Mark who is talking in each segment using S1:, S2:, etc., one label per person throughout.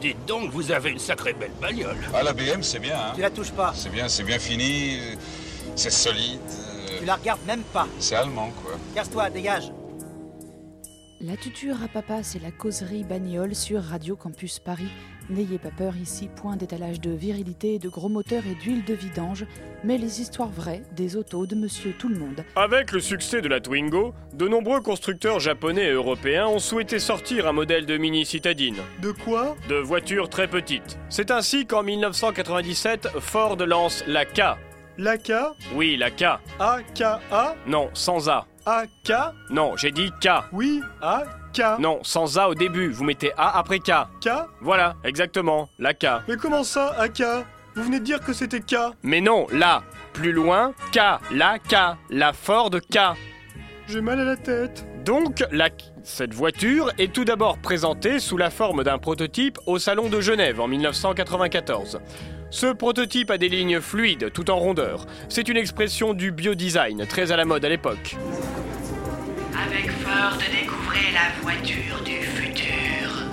S1: Dites donc, vous avez une sacrée belle bagnole.
S2: Ah, la BM, c'est bien, hein
S3: Tu la touches pas.
S2: C'est bien, c'est bien fini, euh, c'est solide, euh,
S3: Tu la regardes même pas.
S2: c'est allemand, quoi.
S3: Casse-toi, dégage.
S4: La tuture à papa, c'est la causerie bagnole sur Radio Campus Paris. N'ayez pas peur ici, point d'étalage de virilité, de gros moteurs et d'huile de vidange, mais les histoires vraies des autos de monsieur tout le monde.
S5: Avec le succès de la Twingo, de nombreux constructeurs japonais et européens ont souhaité sortir un modèle de mini citadine,
S6: De quoi
S5: de voiture très petite. C'est ainsi qu'en 1997, Ford lance la K.
S6: L'AK
S5: Oui, la K.
S6: A-K-A
S5: Non, sans A.
S6: A-K
S5: Non, j'ai dit K.
S6: Oui, A-K
S5: Non, sans A au début, vous mettez A après K.
S6: K
S5: Voilà, exactement, la K.
S6: Mais comment ça, AK Vous venez de dire que c'était K
S5: Mais non, là, plus loin, K, la K, la Ford K.
S6: J'ai mal à la tête.
S5: Donc, la- cette voiture est tout d'abord présentée sous la forme d'un prototype au Salon de Genève en 1994. Ce prototype a des lignes fluides, tout en rondeur. C'est une expression du biodesign, très à la mode à l'époque.
S7: Avec Ford, découvrez la voiture du futur.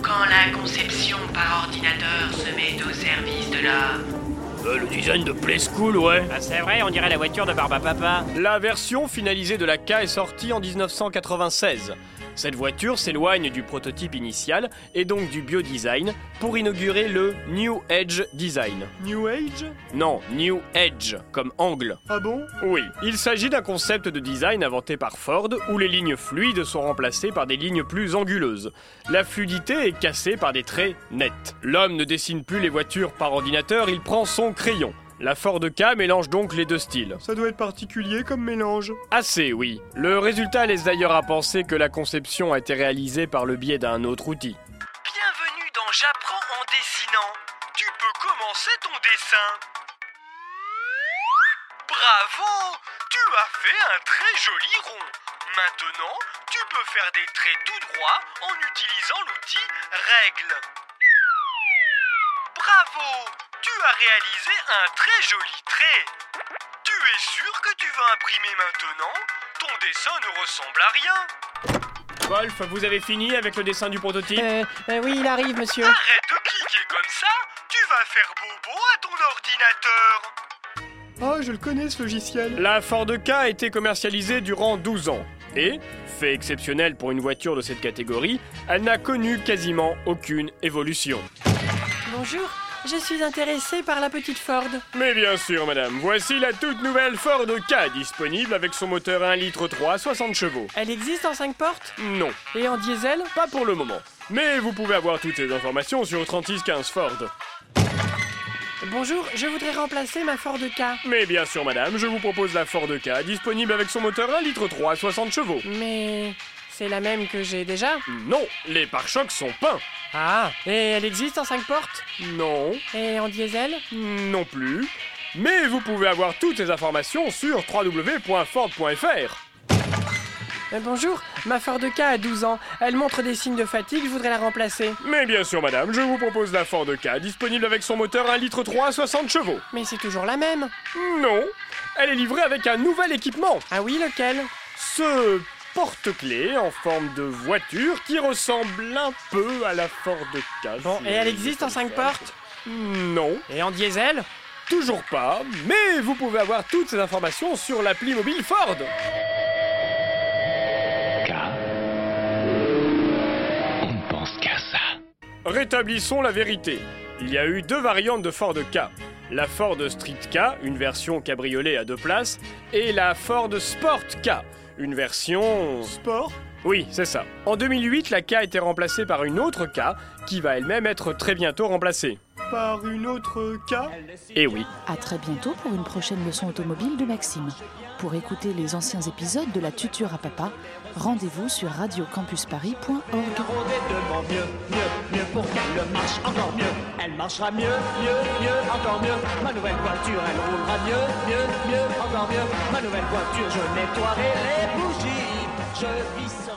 S7: Quand la conception par ordinateur se met au service de l'homme.
S1: Euh, le design de Play School, ouais.
S8: Ah, c'est vrai, on dirait la voiture de Barba Papa.
S5: La version finalisée de la K est sortie en 1996. Cette voiture s'éloigne du prototype initial et donc du biodesign pour inaugurer le New Edge Design.
S6: New Age
S5: Non, New Edge, comme angle.
S6: Ah bon
S5: Oui, il s'agit d'un concept de design inventé par Ford où les lignes fluides sont remplacées par des lignes plus anguleuses. La fluidité est cassée par des traits nets. L'homme ne dessine plus les voitures par ordinateur, il prend son crayon. La Ford K mélange donc les deux styles.
S6: Ça doit être particulier comme mélange.
S5: Assez, oui. Le résultat laisse d'ailleurs à penser que la conception a été réalisée par le biais d'un autre outil.
S7: Bienvenue dans J'apprends en dessinant. Tu peux commencer ton dessin. Bravo Tu as fait un très joli rond. Maintenant, tu peux faire des traits tout droits en utilisant l'outil règle. Bravo Tu as réalisé un très joli trait. Tu es sûr que tu vas imprimer maintenant Ton dessin ne ressemble à rien.
S5: Wolf, vous avez fini avec le dessin du prototype
S8: oui, il arrive, monsieur.
S7: Arrête de cliquer comme ça, tu vas faire bobo à ton ordinateur.
S6: Ah, je le connais ce logiciel.
S5: La Ford K a été commercialisée durant 12 ans. Et, fait exceptionnel pour une voiture de cette catégorie, elle n'a connu quasiment aucune évolution.
S9: Bonjour, je suis intéressée par la petite Ford.
S5: Mais bien sûr, madame, voici la toute nouvelle Ford K disponible avec son moteur 1 litre 3 60 chevaux.
S9: Elle existe en 5 portes
S5: Non,
S9: Et en diesel
S5: pas pour le moment. Mais vous pouvez avoir toutes ces informations sur 3615 Ford.
S9: Bonjour, je voudrais remplacer ma Ford K.
S5: Mais bien sûr, madame, je vous propose la Ford K, disponible avec son moteur 1 litre 3 à 60 chevaux.
S9: Mais c'est la même que j'ai déjà
S5: Non, les pare-chocs sont peints.
S9: Ah, et elle existe en 5 portes
S5: Non,
S9: Et en diesel
S5: non plus. Mais vous pouvez avoir toutes les informations sur www.ford.fr.
S9: Euh, Bonjour, ma Ford K a 12 ans. Elle montre des signes de fatigue, je voudrais la remplacer.
S5: Mais bien sûr, madame, je vous propose la Ford K, disponible avec son moteur 1 litre 3 à 60 chevaux.
S9: Mais c'est toujours la même.
S5: Non, elle est livrée avec un nouvel équipement.
S9: Ah oui, lequel
S5: Ce porte-clés en forme de voiture qui ressemble un peu à la Ford K.
S9: Bon, et elle existe en 5 portes
S5: Non.
S9: Et en diesel
S5: Toujours pas, mais vous pouvez avoir toutes ces informations sur l'appli mobile Ford.
S10: Car on ne pense qu'à ça.
S5: Rétablissons la vérité. Il y a eu deux variantes de Ford K. La Ford Street K, une version cabriolet à deux places, et la Ford Sport K, une version...
S6: Sport
S5: Oui, c'est ça. En 2008, la K a été remplacée par une autre K, qui va elle-même être très bientôt remplacée.
S6: par une autre K
S5: Et oui,
S4: À très bientôt pour une prochaine leçon automobile de Maxime. Pour écouter les anciens épisodes de la tuture à papa, rendez-vous sur radiocampusparis.org.
S8: Devant mieux, mieux, mieux pour qu'elle marche encore mieux. Elle marchera mieux, mieux, mieux, encore mieux. Ma nouvelle voiture, elle roulera mieux, mieux, mieux, encore mieux. Ma nouvelle voiture, je nettoierai les bougies. Je vis sans